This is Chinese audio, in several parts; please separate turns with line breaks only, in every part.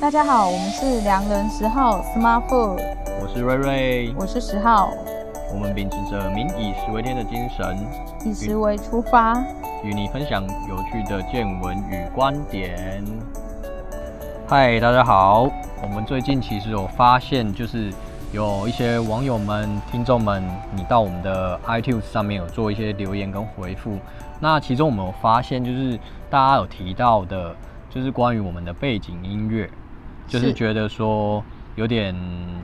大家好，我们是良人十号 Smart Food，
我是瑞瑞，
我是十号，
我们秉持着“民以食为天”的精神，
以食为出发。
与你分享有趣的见闻与观点。嗨，大家好，我们最近其实有发现，就是有一些网友们、听众们，你到我们的 iTunes 上面有做一些留言跟回复。那其中我们有发现，就是大家有提到的，就是关于我们的背景音乐，就是
是
觉得说有点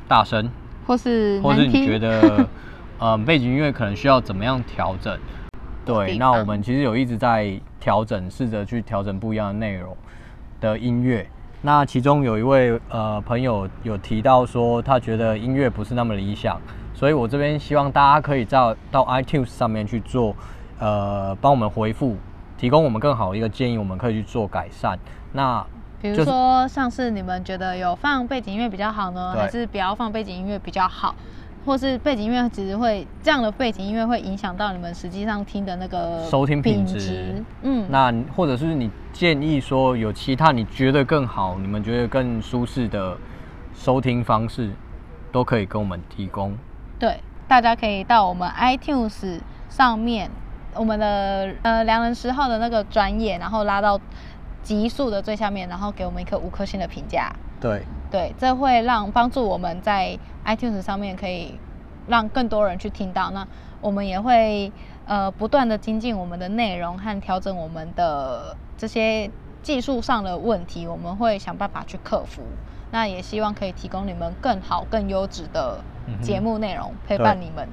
大声，
或是
或是
难
你
听，
觉得，嗯，背景音乐可能需要怎么样调整？对，
地
那我
方
们其实有一直在调整，试着去调整不一样的内容的音乐。那其中有一位呃朋友有提到说，他觉得音乐不是那么理想，所以我这边希望大家可以到到 iTunes 上面去做，呃，帮我们回复，提供我们更好的一个建议，我们可以去做改善。那
比如
就是
说上次你们觉得有放背景音乐比较好呢，
对
还是不要放背景音乐比较好？或是背景音乐只是会这样的背景音乐会影响到你们实际上听的那个
收听
品
品质
嗯，
那你或者是你建议说有其他你觉得更好、你们觉得更舒适的收听方式，都可以跟我们提供。
对，大家可以到我们 iTunes 上面，我们的呃良人十号的那个专业，然后拉到集数的最下面，然后给我们一颗五颗星的评价。
对，
对，这会让帮助我们在 iTunes 上面可以让更多人去听到。那我们也会呃不断的精进我们的内容和调整我们的这些技术上的问题，我们会想办法去克服。那也希望可以提供你们更好、更优质的
嗯哼
节目内容，陪
对
伴你们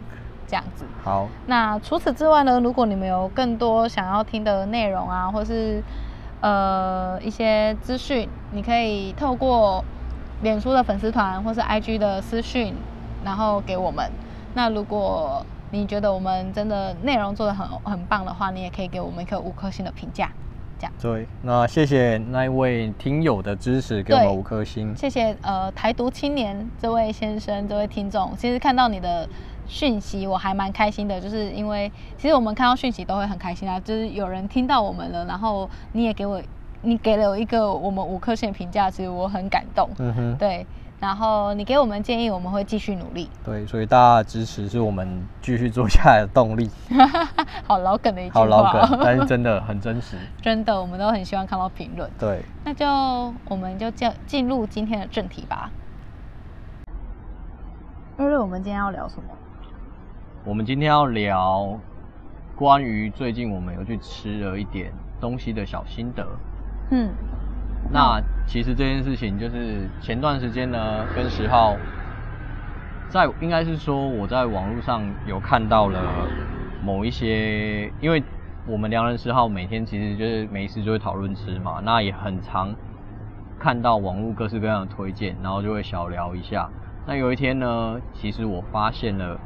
这样子。
好，
那除此之外呢，如果你们有更多想要听的内容啊，或是呃一些资讯，你可以透过脸书的粉丝团或是 IG 的私讯，然后给我们。那如果你觉得我们真的内容做的很很棒的话，你也可以给我们一颗五颗星的评价。
对，那谢谢那一位听友的支持，给我们
对
五颗星。
谢谢呃台独青年这位先生，这位听众，其实看到你的讯息，我还蛮开心的，就是因为其实我们看到讯息都会很开心啊，就是有人听到我们了，然后你也给我，你给了我一个我们五颗星的评价，其实我很感动，
嗯哼，
对，然后你给我们建议，我们会继续努力，
对，所以大家的支持是我们继续做下来的动力。
好老梗的一句话
好
哦，
老梗，但是真的很真实。
真的，我们都很希望看到评论，
对，
那就我们就进进入今天的正题吧。瑞瑞，我们今天要聊什么？
我们今天要聊关于最近我们有去吃了一点东西的小心得。
嗯，
那其实这件事情就是前段时间呢，跟十号在应该是说我在网络上有看到了某一些，因为我们良人十号每天其实就是没事就会讨论吃嘛，那也很常看到网络各式各样的推荐，然后就会小聊一下。那有一天呢，其实我发现了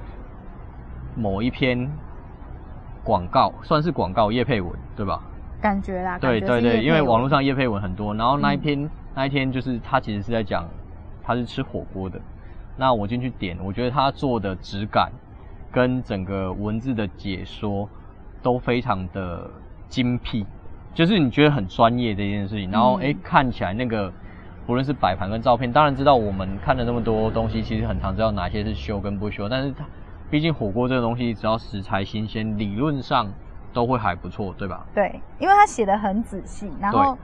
某一篇广告，算是广告叶配文对吧？
感觉啦，啊
对
感觉
对
是
对，
夜
因为
配
网络
文
上叶配文很多，然后那一
嗯
篇、那一天就是他其实是在讲他是吃火锅的，那我进去点，我觉得他做的质感跟整个文字的解说都非常的精辟，就是你觉得很专业这件事情，然后
嗯
诶看起来那个不论是摆盘跟照片，当然知道我们看了那么多东西，其实很常知道哪些是修跟不修，但是它毕竟火锅这个东西，只要食材新鲜，理论上都会还不错，对吧？
对，因为他写的很仔细，然后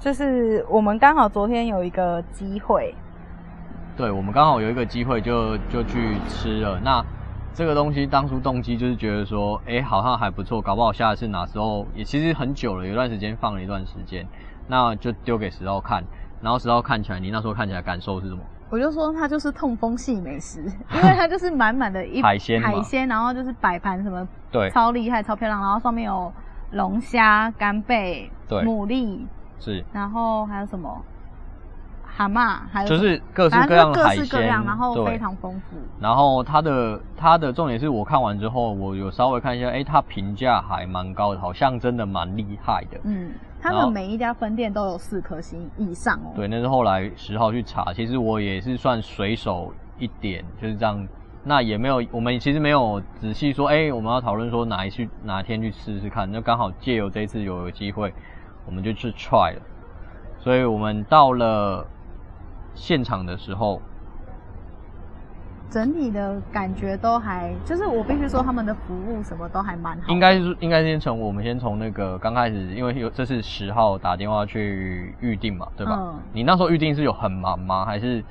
就是我们刚好昨天有一个机会，
对，我们刚好有一个机会就就去吃了。那这个东西当初动机就是觉得说，哎、好像还不错，搞不好下一次哪时候也其实很久了，有一段时间放了一段时间，那就丢给石头看。然后石头看起来，你那时候看起来感受是什么？
我就说它就是痛风系美食， 因为它就是满满的一
海鲜嘛
海鲜，然后就是摆盘什么
对
超厉害、超漂亮，然后上面有龙虾、干贝、
对
牡蛎，
是，
然后还有什么蛤蟆，还有
就
什么
是各式
反
各
正
样
就是
的
各
海
式
鲜，
各样，然后
对
非常丰富。
然后它的它的重点是我看完之后，我有稍微看一下，哎，它评价还蛮高的，好像真的蛮厉害的。
嗯，他
然后
们每一家分店都有四颗星以上哦。
对，那是后来十号去查，其实我也是算随手一点，就是这样。那也没有，我们其实没有仔细说，哎、我们要讨论说哪一去哪天去试试看。那刚好借由这一次有机会，我们就去 try 了。所以我们到了现场的时候，
整体的感觉都还，就是我必须说他们的服务什么都还蛮好的。
应该是应该先从我们先从那个刚开始，因为有这是十号打电话去预定嘛，对吧？
嗯
你那时候预定是有很忙吗？还是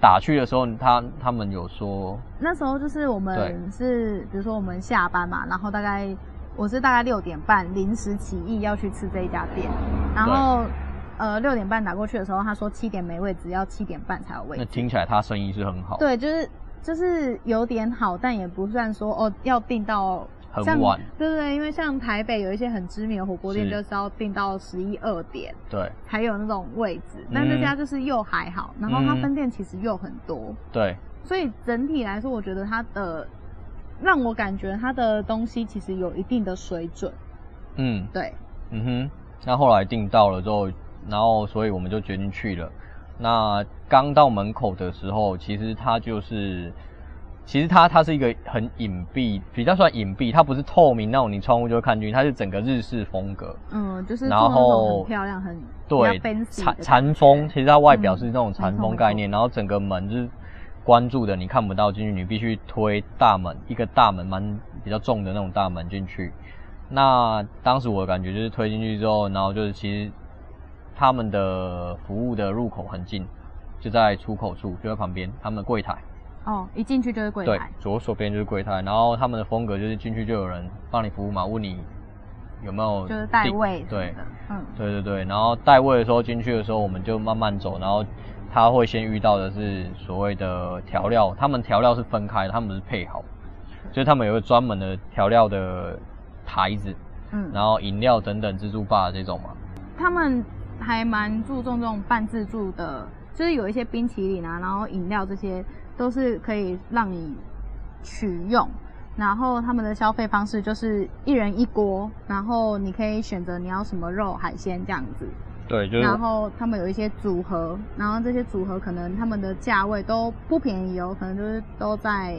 打去的时候他他们有说
那时候就是我们
对
是，比如说我们下班嘛，然后大概我是大概六点半临时起意要去吃这一家店，然后呃六点半打过去的时候，他说七点没位置，要七点半才有位
那
置。
听起来他生意是很好，
对，就是就是有点好，但也不算说哦要订到
很
像
晚
对对对，因为像台北有一些很知名的火锅店，
是
就是要订到十一二点
对
才有那种位置，但这家就是又还好，然后它
嗯
分店其实又很多。
对
所以整体来说，我觉得它的让我感觉它的东西其实有一定的水准，
嗯
对，
嗯哼。那后来订到了之后，然后所以我们就决定去了。那刚到门口的时候，其实它就是，其实它它是一个很隐蔽，比较算隐蔽，它不是透明那种你窗户就会看进去，它是整个日式风格。
嗯，就是做
然
那种
后
很漂亮、很比
对
较 fancy 的
禅
感
禅
觉嗯
风，其实它外表是那种
没
禅
错
风
没
概
错
念，然后整个门是关住的，你看不到进去，你必须推大门，一个大门蛮比较重的那种大门进去。那当时我的感觉就是推进去之后，然后就是其实他们的服务的入口很近，就在出口处，就在旁边，他们的柜台。
哦，一进去就是柜
对
台，，
左手边就是柜台，然后他们的风格就是进去就有人帮你服务嘛，问你有没有
就是带
订
位什么
对
的，，嗯，
对对对，然后带位的时候进去的时候，我们就慢慢走，然后他会先遇到的是所谓的调料，他们调料是分开的，他们是配好，所以他们有个专门的调料的台子，
嗯，
然后饮料等等自助吧这种嘛，
他们还蛮注重这种半自助的，就是有一些冰淇淋啊，然后饮料这些都是可以让你取用。然后他们的消费方式就是一人一锅，然后你可以选择你要什么肉、海鲜这样子。
对，就是
然后他们有一些组合，然后这些组合可能他们的价位都不便宜哦，可能就是都在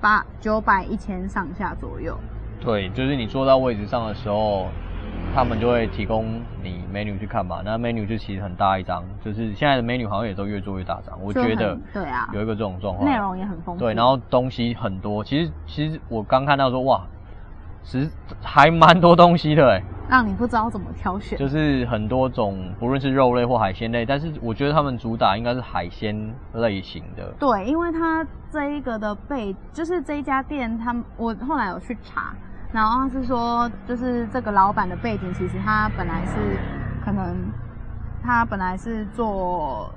八九百一千上下左右。
对，就是你坐到位置上的时候，他们就会提供你 menu 去看嘛，那 menu 就其实很大一张，就是现在的 menu 好像也都越做越大张，我
就
觉
很
得
对啊
有一个这种状况，
内容也很丰富。
对，然后东西很多，其实其实我刚看到说哇，其实还蛮多东西的哎，
让你不知道怎么挑选。
就是很多种，不论是肉类或海鲜类，但是我觉得他们主打应该是海鲜类型的，
对，因为它这一个的背，就是这一家店，他们我后来有去查，然后他是说，就是这个老板的背景，其实他本来是可能他本来是做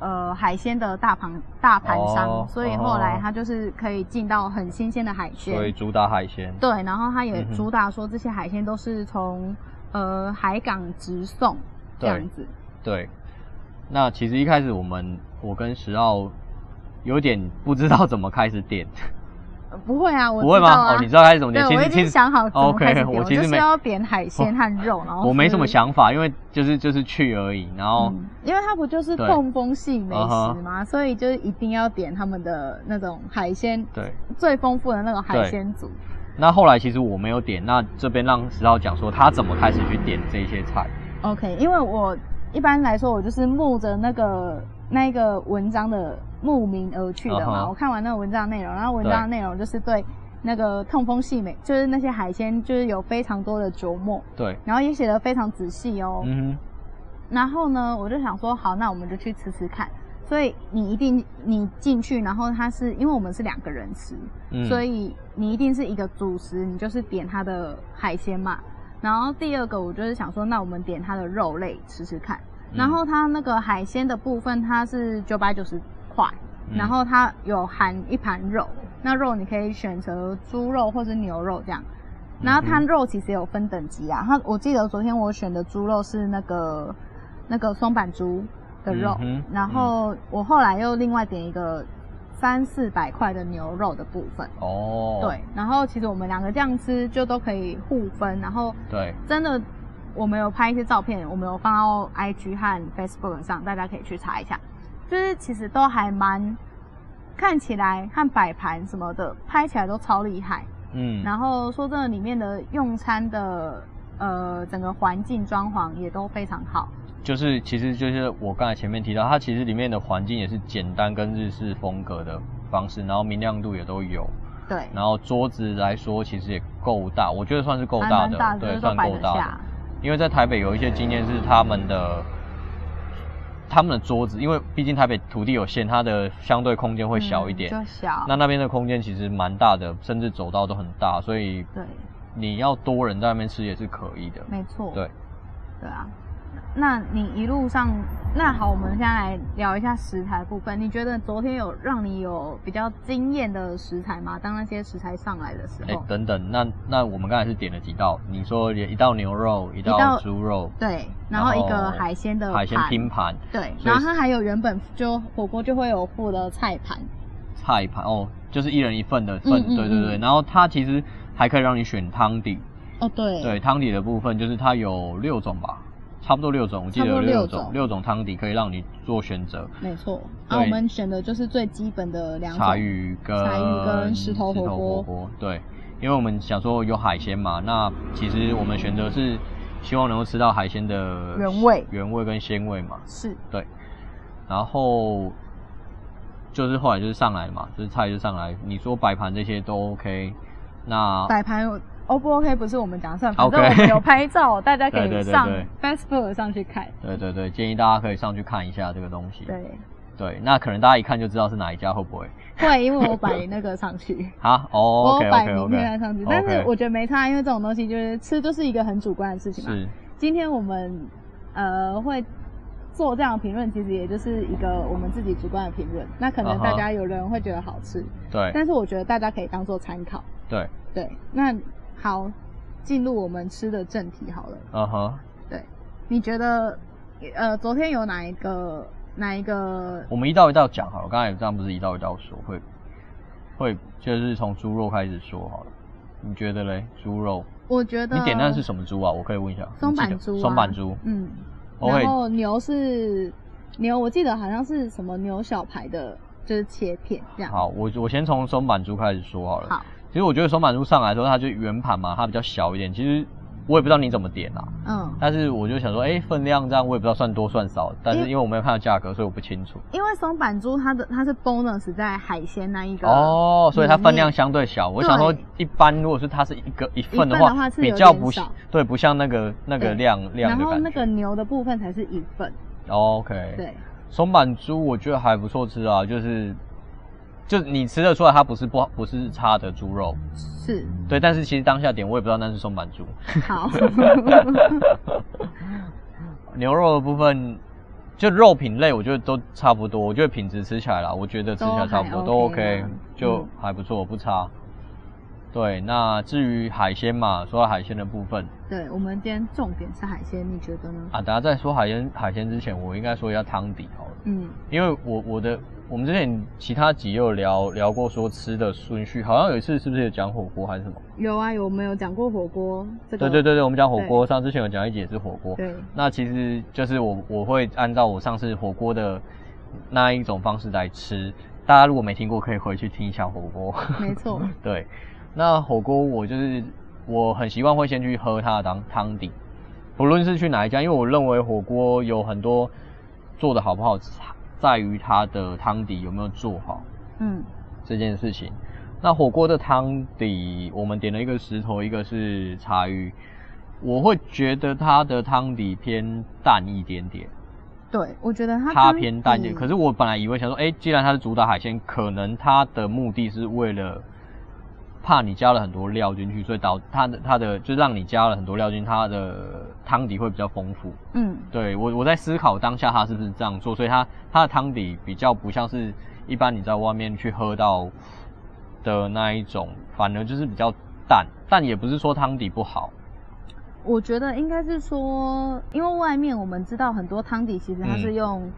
呃海鲜的大盘大盘商，
哦
所以后来
哦
他就是可以进到很新鲜的海鲜。
所以主打海鲜。
对，然后他也
嗯哼
主打说这些海鲜都是从呃海港直送这
对
样子。
对，那其实一开始我们我跟石奥有点不知道怎么开始点，
呃不会啊，我
不会
知道啊
吗？哦，你知道开始怎么
对
点？，其
我
实
已
其
经
实
想好怎么开始
OK，
点，我
我
就
其实
是
没
要点海鲜和肉，然后
我没什么
是，
想法，因为就是就是去而已，然后。
嗯因为它不就是
对
痛风系美
啊哈
食嘛，所以就是一定要点他们的那种海鲜，
对，
最丰富的那种海
对
鲜组。
那后来其实我没有点，那这边让石浩讲说他怎么开始去点这些菜。
OK，因为我一般来说我就是慕着那个那一个文章的慕名而去的嘛
啊哈
我看完那个文章内容，然后文章的内容就是对那个痛风系美，就是那些海鲜，就是有非常多的琢磨，
对，
然后也写的非常仔细哦。
嗯
然后呢，我就想说，好，那我们就去吃吃看。所以你一定你进去，然后它是因为我们是两个人吃，
嗯
所以你一定是一个主食，你就是点它的海鲜嘛。然后第二个，我就是想说，那我们点它的肉类吃吃看。
嗯
然后它那个海鲜的部分，它是九百九十块，
嗯
然后它有含一盘肉，那肉你可以选择猪肉或是牛肉这样。
嗯
然后它肉其实有分等级啊，它我记得昨天我选的猪肉是那个那个松板猪的肉，
嗯哼
然后我后来又另外点一个三四百块的牛肉的部分。
哦，
对，然后其实我们两个这样吃就都可以互分，然后
对
真的我们有拍一些照片，我们有放到 IG 和 Facebook 上，大家可以去查一下。就是其实都还蛮看起来和摆盘什么的拍起来都超厉害，
嗯，
然后说真的，里面的用餐的呃整个环境装潢也都非常好，
就是其实就是我刚才前面提到，它其实里面的环境也是简单跟日式风格的方式，然后明亮度也都有，
对，
然后桌子来说其实也够大，我觉得算是够
还
大
啊蛮
的，
大的，就是
对，
都
算
摆
够
得
大的
下。。
因为在台北有一些经验是他们的他们的桌子，因为毕竟台北土地有限，它的相对空间会小一点。
嗯就小。
那那边的空间其实蛮大的，甚至走道都很大，所以
对，
你要多人在那边吃也是可以的。
没错。
对，
对啊。那你一路上，那好，我们现在来聊一下食材部分。你觉得昨天有让你有比较惊艳的食材吗？当那些食材上来的时
哎、
候，
等等，那那我们刚才是点了几道？你说也一道牛肉，一
一道
道猪肉，
对，然后一个海鲜的
海鲜
盘
拼盘、
对，
所以
然后它还有原本就火锅就会有附的菜盘，
菜盘哦，就是一人一份的份，
嗯嗯
对对对。
嗯
然后它其实还可以让你选汤底，
哦，对，
对汤底的部分，就是它有六种吧，差不多六种，我记得
差
有
不多六
六
种
种，六种汤底可以让你做选择，
没错。
对
那、我们选的就是最基本的两
茶
种，
鱼跟
茶鱼跟石头火锅
火锅，对，因为我们想说有海鲜嘛，那其实我们选择是希望能够吃到海鲜的
原味
原味跟鲜味嘛，
是
然后就是后来就是上来嘛，就是菜就上来，你说摆盘这些都 OK，那
摆盘有 O 不 OK 不是我们讲算，反
OK
正我们有拍照，大家可
对
以
对对
上
对
Facebook 上去看。
对对对，建议大家可以上去看一下这个东西，
对，
对，那可能大家一看就知道是哪一家会不会。
会，因为我摆那个上去，
啊，哦
我
，OK
摆
OK
名
OK，
片在上去。但是我觉得没差，因为这种东西就是吃，就是一个很主观的事情嘛。
是
今天我们呃会做这样的评论，其实也就是一个我们自己主观的评论。那可能
啊哈
大家有人会觉得好吃，
对
但是我觉得大家可以当做参考。
对，
对，那好，进入我们吃的正题好了。
嗯哼，
你觉得呃，昨天有哪一个哪一个？
我们一道一道讲好了，刚才这样不是一道一道说，会会就是从猪肉开始说好了，你觉得嘞？猪肉，
我觉得
你点的是什么猪啊？我可以问一下。
松
你
板
记得
猪、啊，
松板猪，
嗯，
我会
然后牛是牛，我记得好像是什么牛小排的，就是切片这样。
好，我我先从松板猪开始说好了。
好，
其实我觉得松板猪上来的时候，它就圆盘嘛，它比较小一点。其实我也不知道你怎么点啊，
嗯，
但是我就想说，哎、分量这样我也不知道算多算少，但是
因为
因为我没有看到价格，所以我不清楚。
因为松板猪它的它是 bonus 在海鲜那一个
哦，所以它
里
分
面
量相对小。我想说
嗯对，
一般如果是它是一个一份的
一份的话
话，
是有
比较
点
不
少
对，不像那个那
对
个量量
然
的
后
感
那个
觉。哦
牛的部分才是一份，
OK，
对，
松板猪我觉得还不错吃啊，就是就你吃得出来它不是不不是差的猪肉，
是
对。但是其实当下点我也不知道那是松板猪。
好，
牛肉的部分，就肉品类，我觉得都差不多。我觉得品质吃起来啦，我觉得吃起来差不多，
都还
都
OK 啊
就
嗯
还不错，不差。对，那至于海鲜嘛，说到海鲜的部分
对，我们今天重点是海鲜，你觉得呢？
啊，等下在说海鲜海鲜之前，我应该说一下汤底好了，
嗯，
因为我我的我们之前其他集也有聊聊过说吃的顺序，好像有一次是不是有讲火锅还是什么？
有啊，有没有讲过火锅？这个
对对对对，我们讲火锅，上之前有讲一集也是火锅。
对
那其实就是我我会按照我上次火锅的那一种方式来吃。大家如果没听过，可以回去听一下火锅。
没错，
对，那火锅我就是我很习惯会先去喝它的汤汤底，不论是去哪一家，因为我认为火锅有很多做的好不好，在于它的汤底有没有做好
嗯，
这件事情。那火锅的汤底，我们点了一个石头，一个是茶鱼。我会觉得它的汤底偏淡一点点，
对，我觉得它嗯
它
汤
偏淡一点。
底
可是我本来以为想说，哎、既然它是主打海鲜，可能它的目的是为了怕你加了很多料进去，所以导它的它的就让你加了很多料进去，它的汤底会比较丰富。
嗯，
对我我在思考当下它是不是这样做，所以它它的汤底比较不像是一般你在外面去喝到的那一种，反而就是比较淡，但也不是说汤底不好，
我觉得应该是说，因为外面我们知道很多汤底其实它
嗯
是用、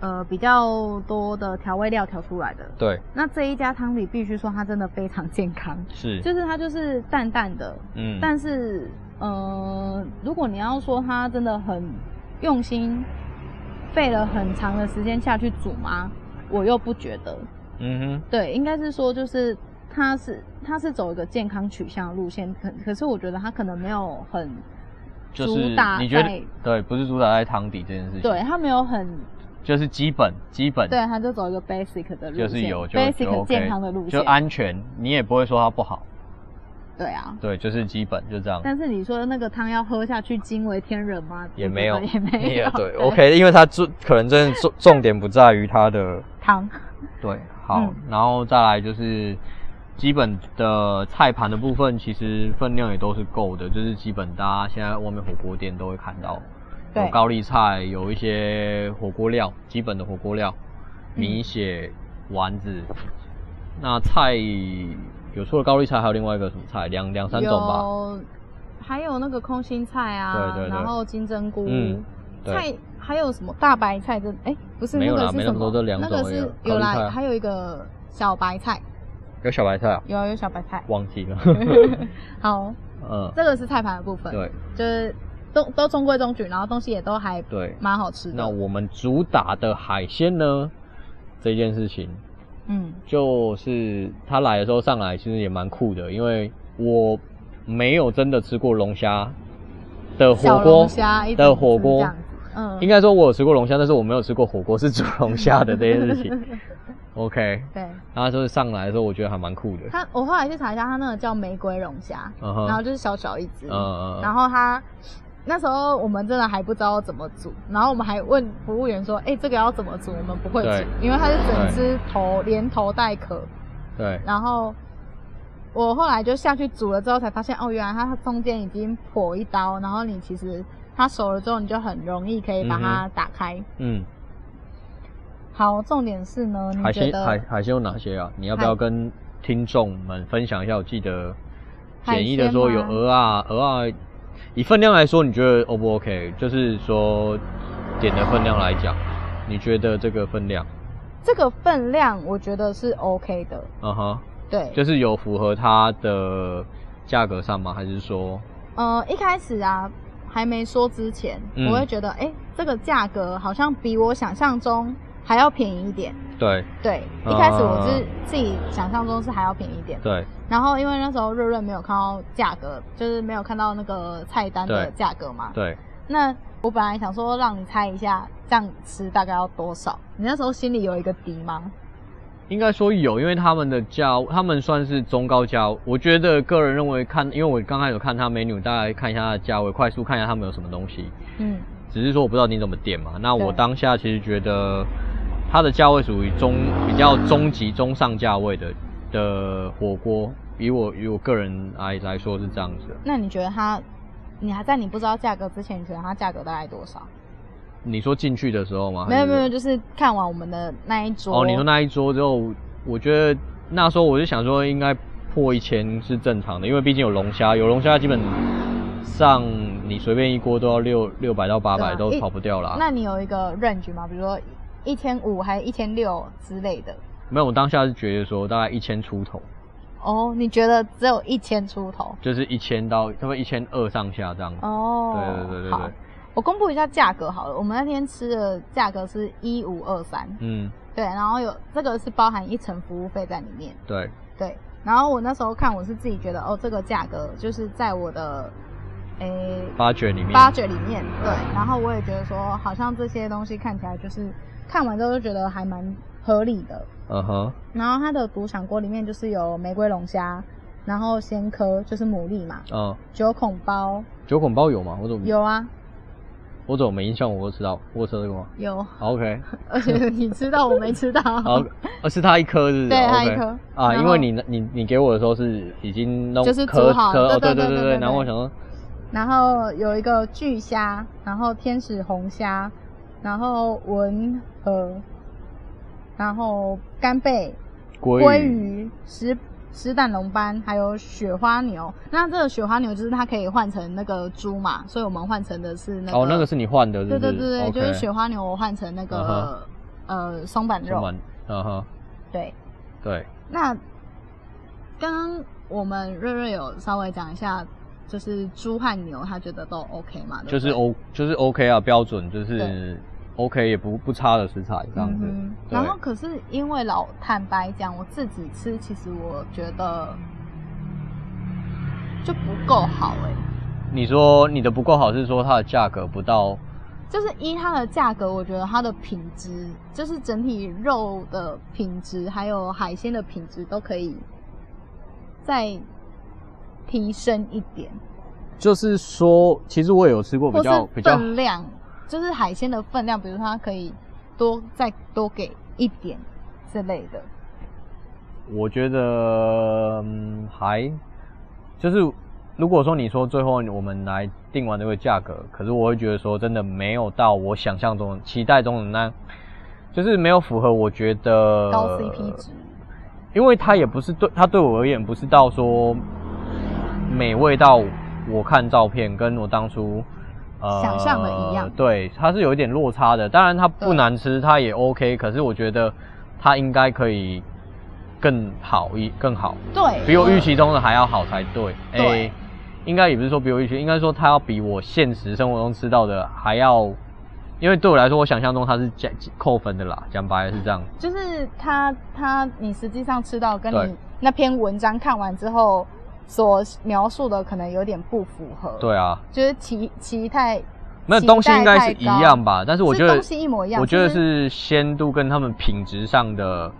呃比较多的调味料调出来的，
对，
那这一家汤底必须说它真的非常健康，
是，
就是它就是淡淡的，
嗯，
但是，呃，如果你要说他真的很用心，费了很长的时间下去煮吗？我又不觉得。
嗯
对，应该是说就是他是他是走一个健康取向的路线，可可是我觉得他可能没有很
就是
主打
你觉
在
得对，不是主打在汤底这件事情，
对，他没有很，
就是基本基本，
对，他就走一个 basic 的路线，
就是有就就
basic
OK，
健康的路线
就，安全，你也不会说它不好，
对啊。
对，就是基本就这样。
但是你说那个汤要喝下去惊为天人吗？
也没有，
我觉 得也没有。
对，OK，因为它重可能真的重重点不在于它的
汤，
对，好，
嗯
然后再来就是基本的菜盘的部分，其实分量也都是够的，就是基本大家现在外面火锅店都会看到，有
对
高丽菜，有一些火锅料，基本的火锅料，
嗯
米血、丸子，那菜有除了高丽菜，还有另外一个什么菜，两两三种吧，
有，还有那个空心菜啊，
对对对
然后金针菇，
嗯对
菜还有什么大白菜这？哎，不是
没
那
有
个
啦
是
没那
什
么
么？
多这两
那
种
个
而已啊
是
高
有
丽菜啊
啦，还有一个小白菜，
有小白菜啊，
有啊有小白菜。
忘记 了，
好，
嗯，
这个是菜盘的部分，，
对
就是都都中规中矩，然后东西也都还
对，
蛮好吃的。
那我们主打的海鲜呢，这件事情。
嗯，
就是他来的时候上来其实也蛮酷的，因为我没有真的吃过龙虾的火
小
锅
龙虾一整
的火
只
锅
这样子，嗯，
应该说我有吃过龙虾，但是我没有吃过火锅是煮龙虾的这件事 情。OK，
对。
他就是上来的时候我觉得还蛮酷的，
它我后来去查一下，它那个叫玫瑰龙虾，
嗯哼
然后就是小小一只，
嗯嗯嗯
然后它那时候我们真的还不知道怎么煮，然后我们还问服务员说，哎、这个要怎么煮？我们不会
对
煮，因为它是整只头连头带壳，
对
然后。我后来就下去煮了之后，才发现哦，原来它中间已经破一刀，然后你其实它熟了之后，你就很容易可以把它打开。
嗯，
好，重点是呢，你
海
觉
鲜
得
海海鲜有哪些啊？你要不要
海
跟听众们分享一下？我记得
海
简易的说
鲜
有
吗
鹅啊，鹅啊，以分量来说，你觉得 O 不 OK？就是说点的分量来讲，你觉得这个分量，
这个分量，我觉得是 OK 的，
嗯哼，
对，
就是有符合它的价格上吗？还是说，
呃，一开始啊，还没说之前，
嗯
我会觉得，哎、这个价格好像比我想象中还要便宜一点。
对
对，
啊
一开始我是自己想象中是还要便宜一点，
对
然后因为那时候瑞瑞没有看到价格，就是没有看到那个菜单的
对
价格嘛。
对，
那我本来想说让你猜一下，这样吃大概要多少？你那时候心里有一个底吗？
应该说有，因为他们的价，他们算是中高价。我觉得个人认为看，因为我刚开始看它 menu，大概看一下它的价位，快速看一下他们有什么东西。
嗯，
只是说我不知道你怎么点嘛。那我
对
当下其实觉得它的价位属于中比较中级中上价位的的火锅，以我以我个人来来说是这样子的。
那你觉得它，你还在你不知道价格之前，你觉得它价格大概多少？
你说进去的时候吗？
没有没有，没有
有。
就是看完我们的那一桌。
哦哦，你说那一桌之后，我觉得那时候我就想说应该破一千是正常的，因为毕竟有龙虾，有龙虾基本上你随便一锅都要六六百到八
对
百
啊
都
一
跑不掉啦。
那你有一个 range 吗？比如说一千五还一千六之类的？
没有，我当下是觉得说大概一千出头。
哦，你觉得只有一千出头？
就是一千到差不多一千二上下这样子。
哦，
对对对对
好
对，，
我公布一下价格好了。我们那天吃的价格是一五二三，
嗯，
对，然后有这个是包含一层服务费在里面，
对，
对。然后我那时候看，我是自己觉得哦，这个价格就是在我的诶
八卷里面，
八九里面，对。然后我也觉得说，好像这些东西看起来就是看完之后就觉得还蛮合理的。
嗯哼，
然后它的独享锅里面就是有玫瑰龙虾，然后鲜科就是牡蛎嘛，
嗯，
九孔包
九孔包有吗？我怎么
有啊
我怎么没印象？我都知道，我吃到这 个吗
有，
好？OK，
而且你吃到我没吃到，
好，呃，是它一颗是不是？
对
OK
它一颗
啊，
然后
因为你你你给我的时候是已经弄
就是
颗
煮好
颗，哦，
对对
对对
对对
然后我
对
想说，
然后有一个巨虾，然后天使红虾，然后文和，然后干贝，鲑
鲑鱼，
鱼、石石胆龙斑，还有雪花牛。那这个雪花牛就是它可以换成那个猪嘛，所以我们换成的是那个。
哦，那个是你换的，是不
对
是？
对对对
OK 嗯
就是雪花牛，我换成那个、呃松板
松
肉。
板，嗯哼，
对，
对，
那刚刚我们瑞瑞有稍微讲一下，就是猪和牛，他觉得都 OK 嘛？对不对
就是。O 哦就是 OK 啊，标准就是
对
OK 也不不差的食材这样
嗯
子
哼，，
对
然后可是因为老坦白讲，我自己吃，其实我觉得就不够好哎、
你说你的不够好是说它的价格不到，
就是依它的价格，我觉得它的品质，就是整体肉的品质，还有海鲜的品质都可以再提升一点，
就是说其实我有吃过比
或
较
是
比较
分量，就是海鲜的分量，比如说它可以多再多给一点之类的。
我觉得、嗯、还就是，如果说你说最后我们来定完这个价格，可是我会觉得说真的没有到我想象中期待中的那，就是没有符合我觉得
高 CP 值，
因为它也不是对它对我而言不是到说美味到我看照片跟我当初。呃
想象的一样
对，它是有一点落差的。当然，它不
对
难吃，它也 OK。可是我觉得它应该可以更好一更好。
对，
比我预期中的还要好才对。哎、
对
应该也不是说比我预期，应该说它要比我现实生活中吃到的还要，因为对我来说，我想象中它是加扣分的啦。讲白了是这样，
就是他他你实际上吃到跟
对
你那篇文章看完之后所描述的可能有点不符合，，
对啊，
就是期期待
没有
期待
东西应该是一样
太高
吧，但是我
是
觉得
东西一模一样
我觉得
就是
鲜度跟他们品质上的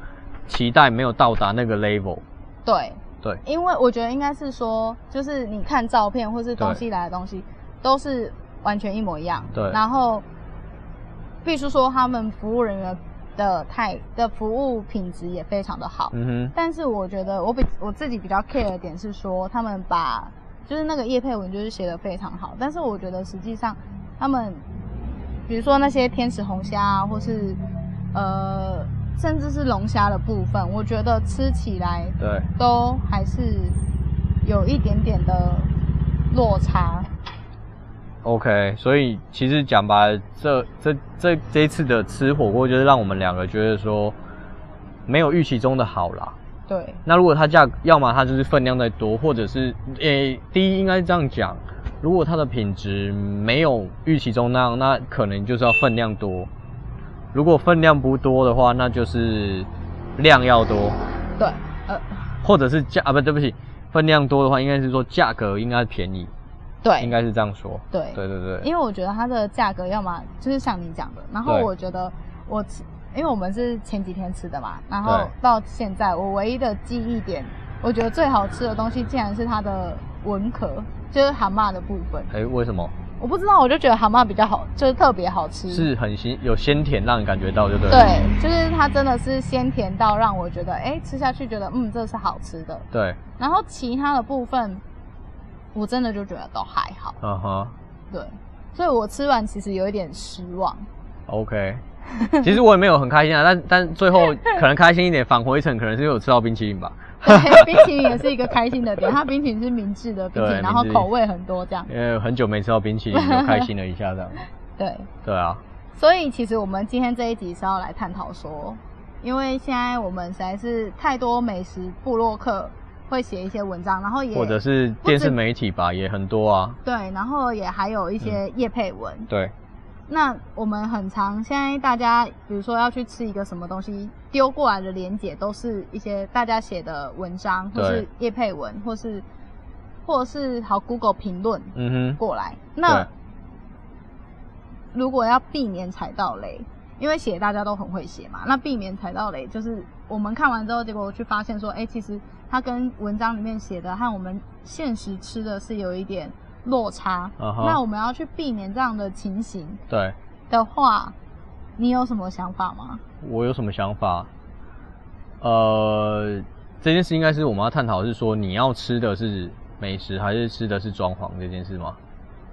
期待没有到达那个 level。
对，
对，
因为我觉得应该是说，就是你看照片或是东西来的东西都是完全一模一样，
对
然后必须说他们服务人员的态的服务品质也非常的好，
嗯
但是我觉得我比我自己比较 care 的点是说，他们把就是那个叶佩文就是写的非常好，但是我觉得实际上他们，比如说那些天使红虾啊，或是呃甚至是龙虾的部分，我觉得吃起来
哼，对。
都还是有一点点的落差。
OK，所以其实讲白了，这这这这一次的吃火锅，就是让我们两个觉得说，没有预期中的好啦。
对，
那如果它价，要么它就是分量再多，或者是诶、第一应该这样讲，如果它的品质没有预期中那样，那可能就是要分量多。如果分量不多的话，那就是量要多，
对，呃，
或者是价啊不对不起，分量多的话应该是说价格应该便宜，
对，
应该是这样说。
对
对对对，
因为我觉得它的价格要么就是像你讲的，然后
对
我觉得我吃，因为我们是前几天吃的嘛，然
对
后到现在我唯一的记忆点，我觉得最好吃的东西竟然是它的文壳，就是蛤蟆的部分。
哎、为什么？
我不知道，我就觉得蛤蟆比较好，就是特别好吃。，
是很鲜，有鲜甜让你感觉到，就对了。
对，就是它真的是鲜甜到让我觉得，哎，吃下去觉得嗯这是好吃的。
对，
然后其他的部分，我真的就觉得都还好。
嗯哼
对，所以我吃完其实有一点失望。
，OK。其 实我也没有很开心啊，但但 最后可能开心一点，返回一程可能是因为我吃到冰淇淋吧。
对， 冰淇淋也是一个开心的点，它冰淇淋是明治的冰淇
对
淋，然后
明治
口味很多这样。
因为很久没吃到冰淇淋，就开心了一 下这样。
对，
对啊，
所以其实我们今天这一集是要来探讨说，因为现在我们实在是太多美食部落客会写一些文章，然后也
或者是
不止
电视媒体吧，也很多啊。
对，然后也还有一些叶配文。
对，
那我们很常现在大家，比如说要去吃一个什么东西，丢过来的连结都是一些大家写的文章，或
对
是叶配文，或是或是好 Google 评论，
嗯哼，
过来。那
对
如果要避免踩到雷，因为写大家都很会写嘛，那避免踩到雷就是我们看完之后，结果去发现说，哎、其实它跟文章里面写的和我们现实吃的是有一点落差。
嗯哼
那我们要去避免这样的情形
对
的话，你有什么想法吗？
我有什么想法？呃，这件事应该是我们要探讨，是说你要吃的是美食，还是吃的是装潢这件事吗？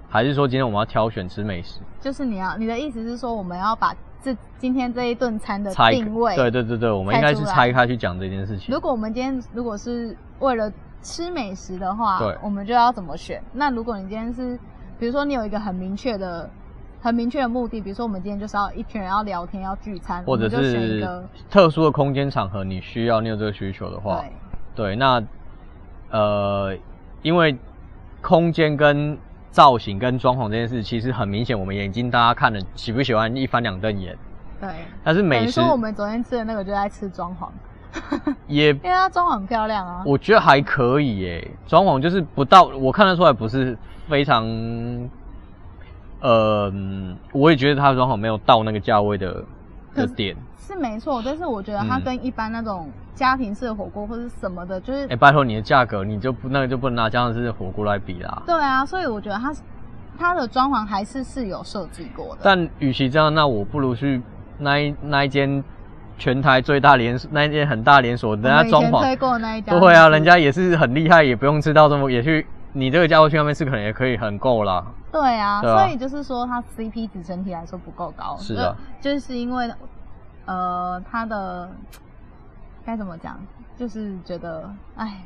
还是说今天我们要挑选吃美食？
就是你要你的意思是说，我们要把这今天这一顿餐的
拆
定位
对对对对，我们应该是
拆出来
拆开去讲这件事情
如。果我们今天如果是为了吃美食的话，
对
我们就要怎么选？那如果你今天是，比如说你有一个很明确的、很明确的目的，比如说我们今天就是要一群人要聊天、要聚餐，
或者
我们就选一
是
个
特殊的空间场合，你需要你有这个需求的话，
对
对，那呃，因为空间跟造型跟装潢这件事，其实很明显，我们眼睛大家看了喜不喜欢一翻两瞪眼，
对。
但是
等
美
于
食
说我们昨天吃的那个就在吃装潢，
也
因为它装潢很漂亮啊。
我觉得还可以耶，装潢就是不到，我看得出来不是非常，呃，我也觉得它的装潢没有到那个价位的的点。
是没错，但是我觉得
嗯
它跟一般那种家庭式的火锅或者什么的，就是、
哎、拜托你的价格，你就不那个就不能拿家常式火锅来比啦。
对啊，所以我觉得它它的装潢还是是有设计过的。
但与其这样，那我不如去那一那一间全台最大连锁那一间很大连锁，人家
我们以
装
前推
潢
过的那一家，
对啊，人家也是很厉害，也不用吃到这么也去。你这个家伙去那边吃，可能也可以很够啦。
对啊，
对啊
所以就是说它 CP 值整体来说不够高，
是啊
就，就是因为呃它的该怎么讲，就是觉得哎，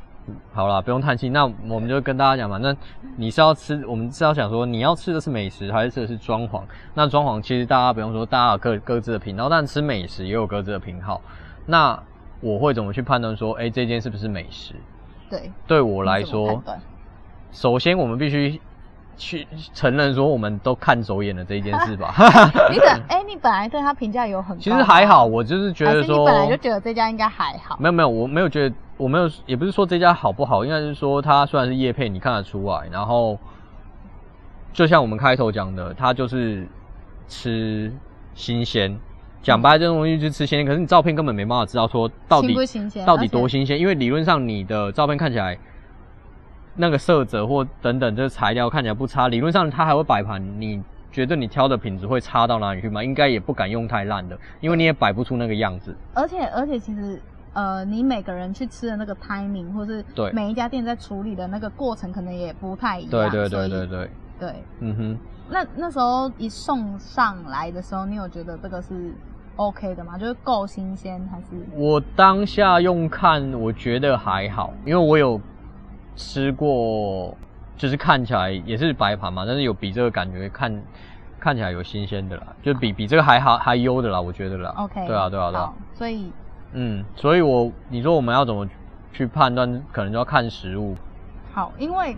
好啦，不用叹气。那我们就跟大家讲，反正你是要吃，我们是要想说你要吃的是美食，还是吃的是装潢？那装潢其实大家不用说，大家有各各自的频道，但吃美食也有各自的频好。那我会怎么去判断说，哎、这间是不是美食？
对
对我来
你怎
说
么判，断
首先我们必须去承认说，我们都看走眼了这一件 事吧。
你本哎、你本来对它评价有很高，
其实还好，，我就是觉
还
得
是
说，
你本来就觉得这家应该还好，
没有没有，我没有觉得，我没有，也不是说这家好不好，应该是说它虽然是业配，你看得出来，然后就像我们开头讲的，它就是吃新鲜。讲白了，这种东西就是吃新鲜，可是你照片根本没办法知道说到底
新不新鲜
到底
而且
多新鲜，因为理论上你的照片看起来那个色泽或等等这材料看起来不差，理论上它还会摆盘，你觉得你挑的品质会差到哪里去吗？应该也不敢用太烂的，因为你也摆不出那个样子。
而且而且其实。呃，你每个人去吃的那个 timing，或是
对
每一家店在处理的那个过程，可能也不太一样。
对对对
所以
对对，
对，
嗯哼。
那那时候一送上来的时候，你有觉得这个是 OK 的吗？就是够新鲜还是？
我当下用看，我觉得还好，因为我有吃过，就是看起来也是白盘嘛，但是有比这个感觉看看起来有新鲜的啦，就比比这个还好还优的啦，我觉得啦。
OK，
对啊，对啊，对啊
好。，所以
嗯，所以我你说我们要怎么去判断，可能就要看食物。
好，因为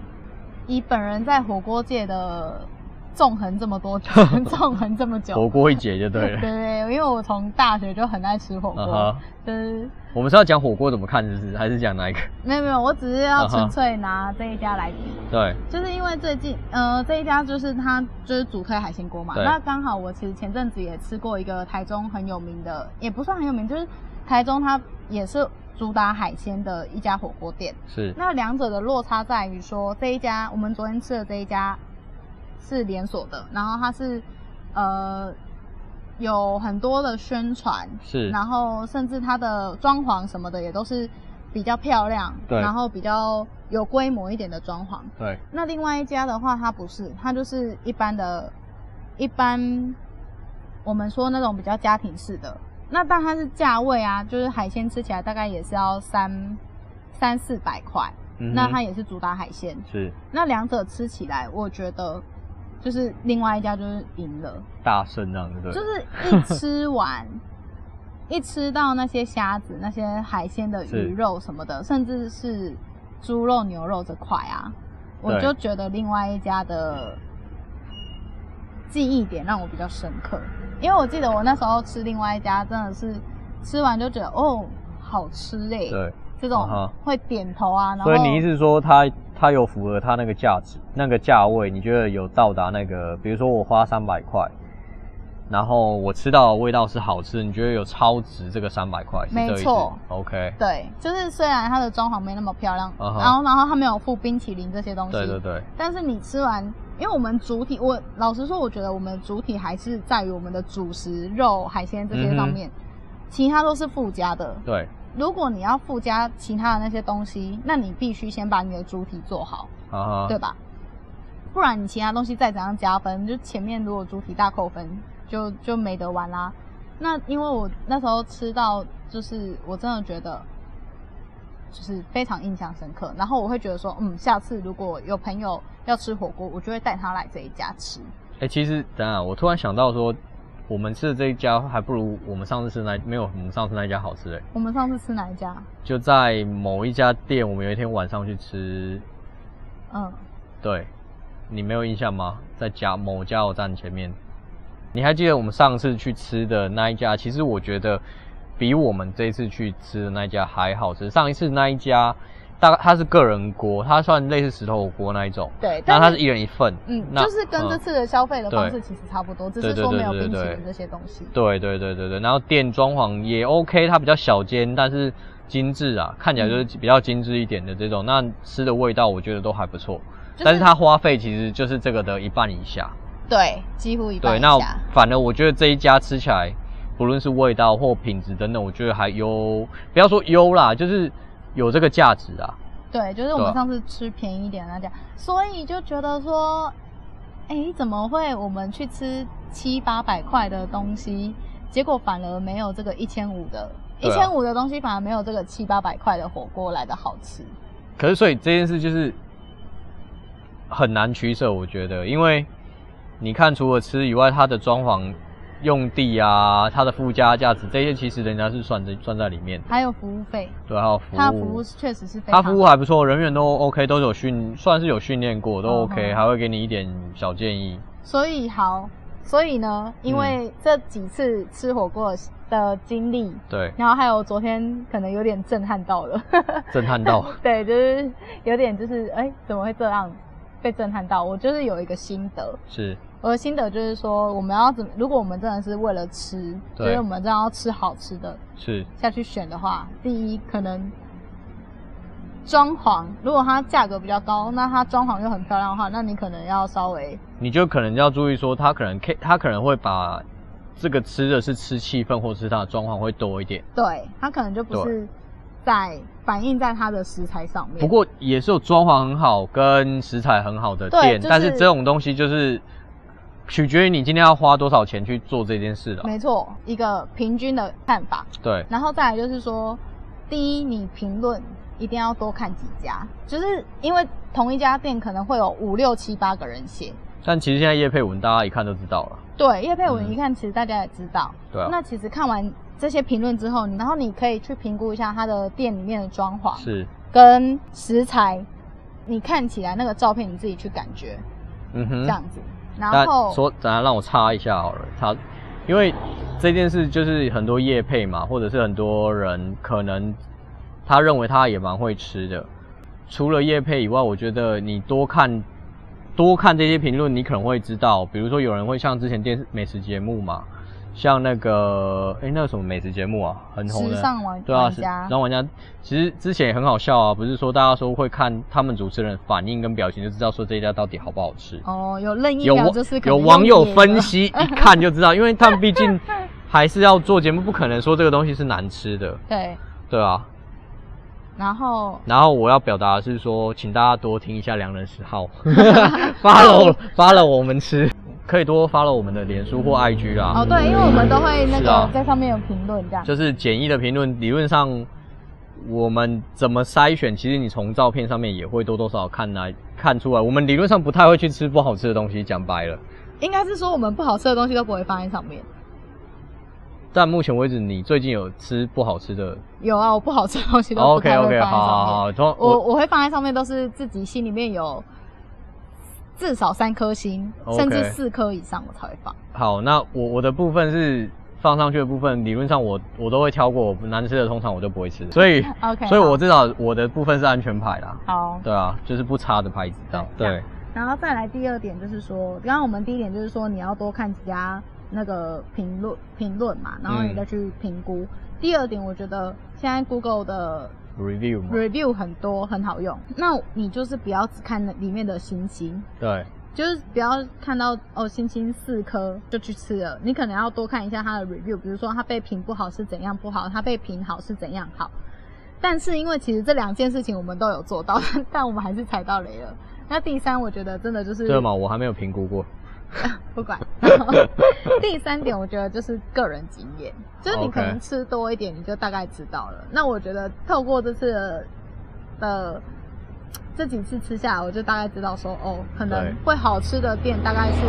以本人在火锅界的纵横这么多， 纵横这么久，
火锅一解就对
对
了。
对，因为我从大学就很爱吃火锅
嗯哼
就是
我们是要讲火锅怎么看，是不是？还是 讲哪一个？
没有没有，我只是要
嗯哼
纯粹拿这一家来比。
对，
就是因为最近，呃，这一家就是它就是主推海鲜锅嘛。
对
那刚好我其实前阵子也吃过一个台中很有名的，也不算很有名，就是台中它也是主打海鲜的一家火锅店。
是
那两者的落差在于说，这一家我们昨天吃的这一家是连锁的，然后它是呃有很多的宣传，
是
然后甚至它的装潢什么的也都是比较漂亮，
对
然后比较有规模一点的装潢。
对，
那另外一家的话，它不是，它就是一般的，一般我们说那种比较家庭式的。那但它是价位啊，就是海鲜吃起来大概也是要三三四百块，
嗯哼
那它也是主打海鲜。
是
那两者吃起来，我觉得就是另外一家就是赢了，
大胜这样子，对
就
不对。
是一 吃完，一吃到那些虾子、那些海鲜的
是
鱼肉什么的，甚至是猪肉、牛肉这块啊，我
对
就觉得另外一家的记忆点让我比较深刻，因为我记得我那时候吃另外一家，真的是吃完就觉得哦，好吃嘞、
对。
这种
啊哈
会点头啊，然后
所以你意思是说它，它有符合它那个价值、那个价位？你觉得有到达那个？比如说我花三百块，然后我吃到的味道是好吃，你觉得有超值这个三百块？是这个意思
没错
，OK，
对，就是虽然它的装潢没那么漂亮
啊哈
然后然后它没有附冰淇淋这些东西，
对对对，
但是你吃完，因为我们主体，我老实说，我觉得我们主体还是在于我们的主食、肉、海鲜这些上面，其他都是附加的。
对，
如果你要附加其他的那些东西，那你必须先把你的主体做好，
啊
对
哈，
吧？不然你其他东西再怎样加分，就前面如果主体大扣分，就就没得玩啦。那因为我那时候吃到，就是我真的觉得，就是非常印象深刻。然后我会觉得说，嗯，下次如果有朋友要吃火锅，我就会带他来这一家吃。
哎、其实等一下我突然想到说，我们吃的这一家还不如我们上次吃那没有我们上次那一家好吃哎、
我们上次吃哪一家？
就在某一家店，我们有一天晚上去吃，
嗯，
对，你没有印象吗？在加某加油站前面，你还记得我们上次去吃的那一家？其实我觉得比我们这一次去吃的那一家还好吃。上一次那一家大概它是个人锅，它算类似石头火锅那一种，
对，
那
但
它是一人一份，
嗯，
那嗯
就是跟这次的消费的方式
对
其实差不多，只
对
是
对
说
对
没有
对
冰淇
对
淋这些东西。
对对对对对，然后店装潢也 OK，它比较小间，但是精致啊，看起来
嗯
就是比较精致一点的这种。那吃的味道我觉得都还不错，
就是
但是它花费其实就是这个的一半以下。
对，几乎一半
对，
以
那
下。
反而我觉得这一家吃起来，不论是味道或品质等等，我觉得还优，不要说优啦，就是有这个价值啊。
对，就是我
对
们
啊
上次吃便宜一点的那家，所以就觉得说，哎，怎么会我们去吃七八百块的东西，结果反而没有这个一千五的，一
对啊
千五的东西反而没有这个七八百块的火锅来的好吃。
可是所以这件事就是很难取舍，我觉得，因为你看除了吃以外，它的装潢用地啊，它的附加价值这些，其实人家是算在算在里面的。
还有服务费，
对，还有服务，
它的服务确实是非
它
常
服务还不错，人员都 OK，都有训，算是有训练过，都
嗯
OK，、
嗯
还会给你一点小建议。
所以好，所以呢，因
嗯
为这几次吃火锅的经历，
对，
然后还有昨天可能有点震撼到了，
震撼到。
对，就是有点就是哎、怎么会这样？被震撼到，我就是有一个心得，
是，
我的心得就是说，我们要怎么？如果我们真的是为了吃，
对
就是我们真的要吃好吃的
是，
下去选的话，第一可能装潢，如果它价格比较高，那它装潢又很漂亮的话，那你可能要稍微
你就可能要注意说，他可能 K，他可能会把这个吃的是吃气氛，或者是它的装潢会多一点。
对，它可能就不是在反映在它的食材上面。
不过也是有装潢很好跟食材很好的
对
店，
就是
但是这种东西就是取决于你今天要花多少钱去做这件事了。
没错，一个平均的看法。
对，
然后再来就是说，第一，你评论一定要多看几家，就是因为同一家店可能会有五六七八个人写。
但其实现在叶佩文大家一看就知道了，
对，叶佩文
嗯
一看，其实大家也知道。
对啊，
那其实看完这些评论之后，你然后你可以去评估一下它的店里面的装潢
是，
跟食材，你看起来那个照片你自己去感觉、
嗯哼，
这样子。然
但
后
说，等下让我插一下好了，插，因为这件事就是很多业配嘛，或者是很多人可能他认为他也蛮会吃的。除了业配以外，我觉得你多看多看这些评论，你可能会知道，比如说有人会像之前电视美食节目嘛，像那个哎、那个什么美食节目啊，很红
时
的，
尚玩
对啊，
玩
是
家
然后玩家其实之前也很好笑啊，不是说大家说会看他们主持人反应跟表情就知道说这一家到底好不好吃。
哦，有任意
有
表
网
就是可
有
能
网
用
友
别的
分，析， 一看就知道，因为他们毕竟还是要做节目，不可能说这个东西是难吃的，
对，
对啊。
然后
然后我要表达的是说，请大家多听一下良人十 号，follow follow 我们吃，可以多 follow 我们的脸书或 IG 啦。
哦对，因为我们都会那
啊是
个
啊
在上面有评论这样，
就是简易的评论，理论上我们怎么筛选，其实你从照片上面也会多多少少看来看出来。我们理论上不太会去吃不好吃的东西，讲白了。
应该是说我们不好吃的东西都不会放在上面。
但目前为止，你最近有吃不好吃的
有啊，我不好吃的东西都不
哦 OK
太会放
OK，
在
好好
上面。
好，从
我我会放在上面，都是自己心里面有至少三颗星
OK
甚至四颗以上我才会放。
好，那我我的部分是放上去的部分，理论上我我都会挑过，我难吃的通常我就不会吃，所以
OK，
所以
好
我至少我的部分是安全牌啦，
好，
对啊，就是不差的牌子这样，
对
对，
然后再来第二点就是说，刚刚我们第一点就是说你要多看几家那个评论评论嘛，然后你
嗯
再去评估。第二点，我觉得现在 Google 的
review 嘛，
review 很多，很好用。那你就是不要只看里面的星星，
对，
就是不要看到哦星星四颗就去吃了，你可能要多看一下它的 review，比如说它被评不好是怎样不好，它被评好是怎样好。但是因为其实这两件事情我们都有做到， 但我们还是踩到雷了。那第三，我觉得真的就是
对嘛，我还没有评估过，
不管。然后第三点，我觉得就是个人经验，就是你
OK
可能吃多一点，你就大概知道了。那我觉得透过这次的的这几次吃下来，我就大概知道说，哦，可能
对
会好吃的店大概是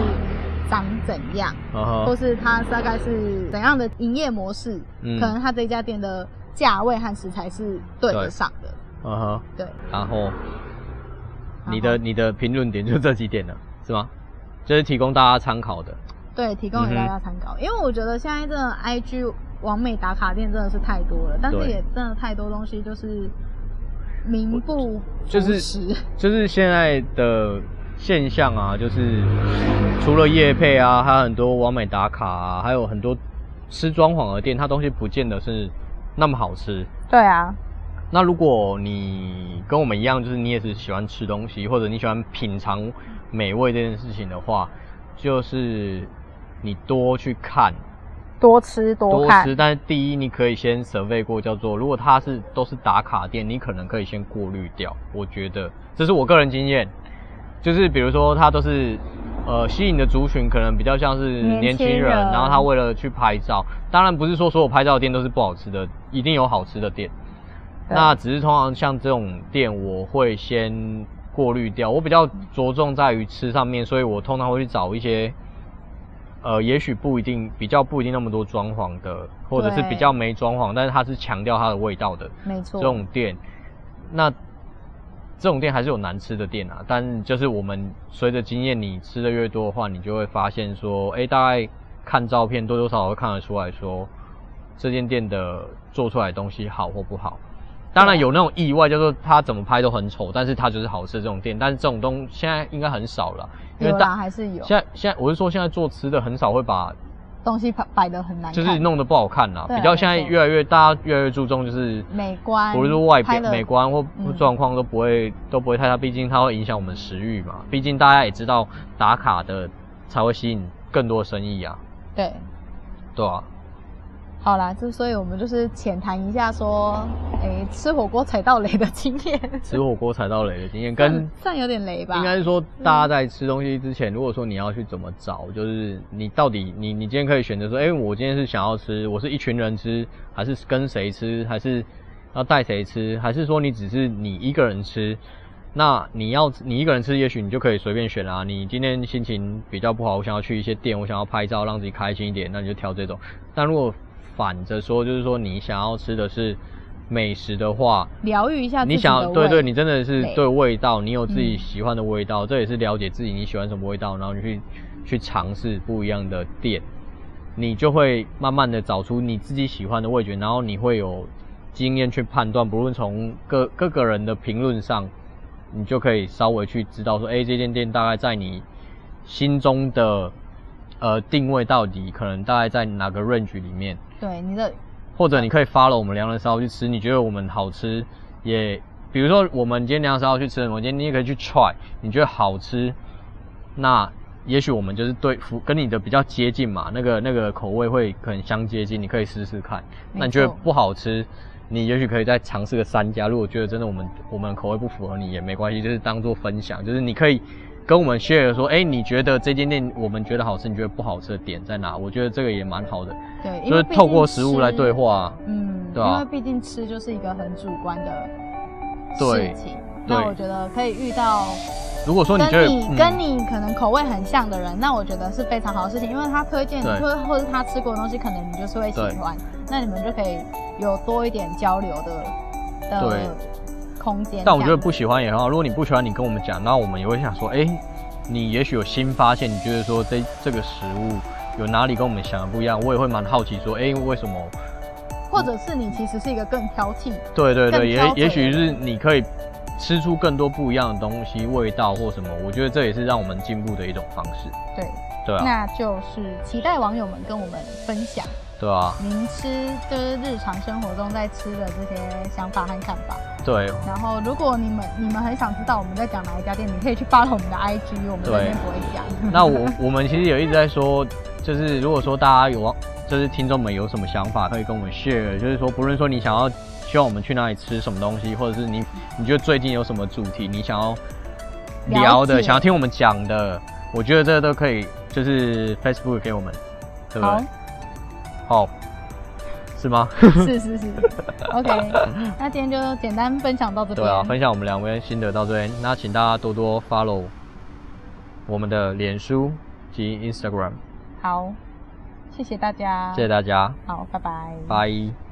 长怎样，
嗯
或
哼，
是它大概是怎样的营业模式，
嗯
可能它这家店的价位和食材是对得
对
上的。
嗯哼，
对，
然后
后
你的你的评论点就这几点了，是吗？就是提供大家参考的，
对，提供给大家参
嗯
考。因为我觉得现在真的 IG 完美打卡店真的是太多了，但是
对
也真的太多东西就是，名不
就
符
是
实
就是现在的现象啊，就是除了夜配啊，还有很多完美打卡啊，还有很多吃装潢的店，它东西不见得是那么好吃。
对啊，
那如果你跟我们一样，就是你也是喜欢吃东西，或者你喜欢品尝美味这件事情的话，就是你多去看，
多吃多
多
看，
吃。但是第一，你可以先 survey 过，叫做如果它是都是打卡店，你可能可以先过滤掉。我觉得这是我个人经验，就是比如说它都是呃吸引的族群可能比较像是
年
年轻
轻
人，
人
然后他为了去拍照，当然不是说所有拍照的店都是不好吃的，一定有好吃的店。
对
那只是通常像这种店，我会先过滤掉。我比较着重在于吃上面，所以我通常会去找一些，呃，也许不一定比较不一定那么多装潢的，或者是
对
比较没装潢，但是它是强调它的味道的
没
这
错，
种店。那这种店还是有难吃的店啊，但就是我们随着经验，你吃的越多的话，你就会发现说，哎、大概看照片多多少少会看得出来说，这间店的做出来的东西好或不好。当然有那种意外，叫做它怎么拍都很丑，但是它就是好吃这种店，但是这种东现在应该很少了，因为
有啦，
大
还是有
现在现在我是说现在做吃的很少会把
东西摆摆的很难看，
就是弄得不好看啦，
对啊
比较现在
没错
越来越大家越来越注重就是
美观
不是说外
拍
表
得
美观或
嗯
状况都不会、都不会太大，毕竟它会影响我们食欲嘛。毕竟大家也知道打卡的才会吸引更多生意啊，
对。
对啊，
好啦，就所以我们就是浅谈一下说，诶，吃火锅踩到雷的经验，
吃火锅踩到雷的经验跟
算有点雷吧？
应该是说，大家在吃东西之前，如果说你要去怎么找，就是你到底你你今天可以选择说，哎、我今天是想要吃，我是一群人吃，还是跟谁吃，还是要带谁吃，还是说你只是你一个人吃？那你要你一个人吃，也许你就可以随便选啦、啊你今天心情比较不好，我想要去一些店，我想要拍照，让自己开心一点，那你就挑这种。但如果反着说，就是说你想要吃的是美食的话，
疗愈一下自己
你
的
想对
胃
对，你真的是
对
对味道，你有自己
嗯
喜欢的味道，这也是了解自己你喜欢什么味道，然后你去去尝试不一样的店，你就会慢慢的找出你自己喜欢的味觉，然后你会有经验去判断，不论从各各个人的评论上，你就可以稍微去知道说，哎、这间店大概在你心中的呃定位到底可能大概在哪个 range 里面。
对你的
或者你可以发了我们凉人烧去吃，你觉得我们好吃，也比如说我们今天凉人烧去吃什么，今天你也可以去 try，你觉得好吃，那也许我们就是对服跟你的比较接近嘛，那个那个口味会可能相接近，你可以试试看。
没
那你觉得
错
不好吃，你也许可以再尝试个三家，如果觉得真的我们我们口味不符合你也没关系，就是当做分享，就是你可以。跟我们 share 说，哎、你觉得这间店我们觉得好吃，你觉得不好吃的点在哪？我觉得这个也蛮好的，
对，因为
就是
毕
透过
竟
食物来
吃
对，话。
嗯，
对啊
因为毕竟吃就是一个很主观的
对
事情。那
对
我觉得可以遇到
如果说你
跟
觉得
你、
嗯
跟你可能口味很像的人，那我觉得是非常好的事情，因为他推荐你
对
或或者他吃过的东西，可能你就是会喜
对
欢，那你们就可以有多一点交流的的空间。
但我觉得
这样
不喜欢也很好。如果你不喜欢，你跟我们讲，那我们也会想说，哎、你也许有新发现，你觉得说这这个食物有哪里跟我们想的不一样，我也会蛮好奇说，哎、为什么？
或者是你其实是一个更挑剔，
对对对，
更
也
挑嘴
也许是你可以吃出更多不一样的东西，味道或什么。我觉得这也是让我们进步的一种方式，
对，
对啊，
那就是期待网友们跟我们分享
对啊，
您吃就是日常生活中在吃的这些想法和看法。
对。
然后，如果你们你们很想知道我们在讲哪一家店，你可以去 follow 我们的 IG，我们在
对
那边不会讲。
那我我们其实有一直在说，就是如果说大家有就是听众们有什么想法，可以跟我们 share，就是说不论说你想要希望我们去哪里吃什么东西，或者是你你觉得最近有什么主题你想要聊
了
的，
解
想要听我们讲的，我觉得这都可以，就是 Facebook 给我们，对不对？好，是吗？
好，是是是 ，OK。那今天就简单分享到这边。
对啊，分享我们两位心得到这边，那请大家多多 follow 我们的脸书及 Instagram，
好，谢谢大家。
谢谢大家，
好，拜拜。
拜。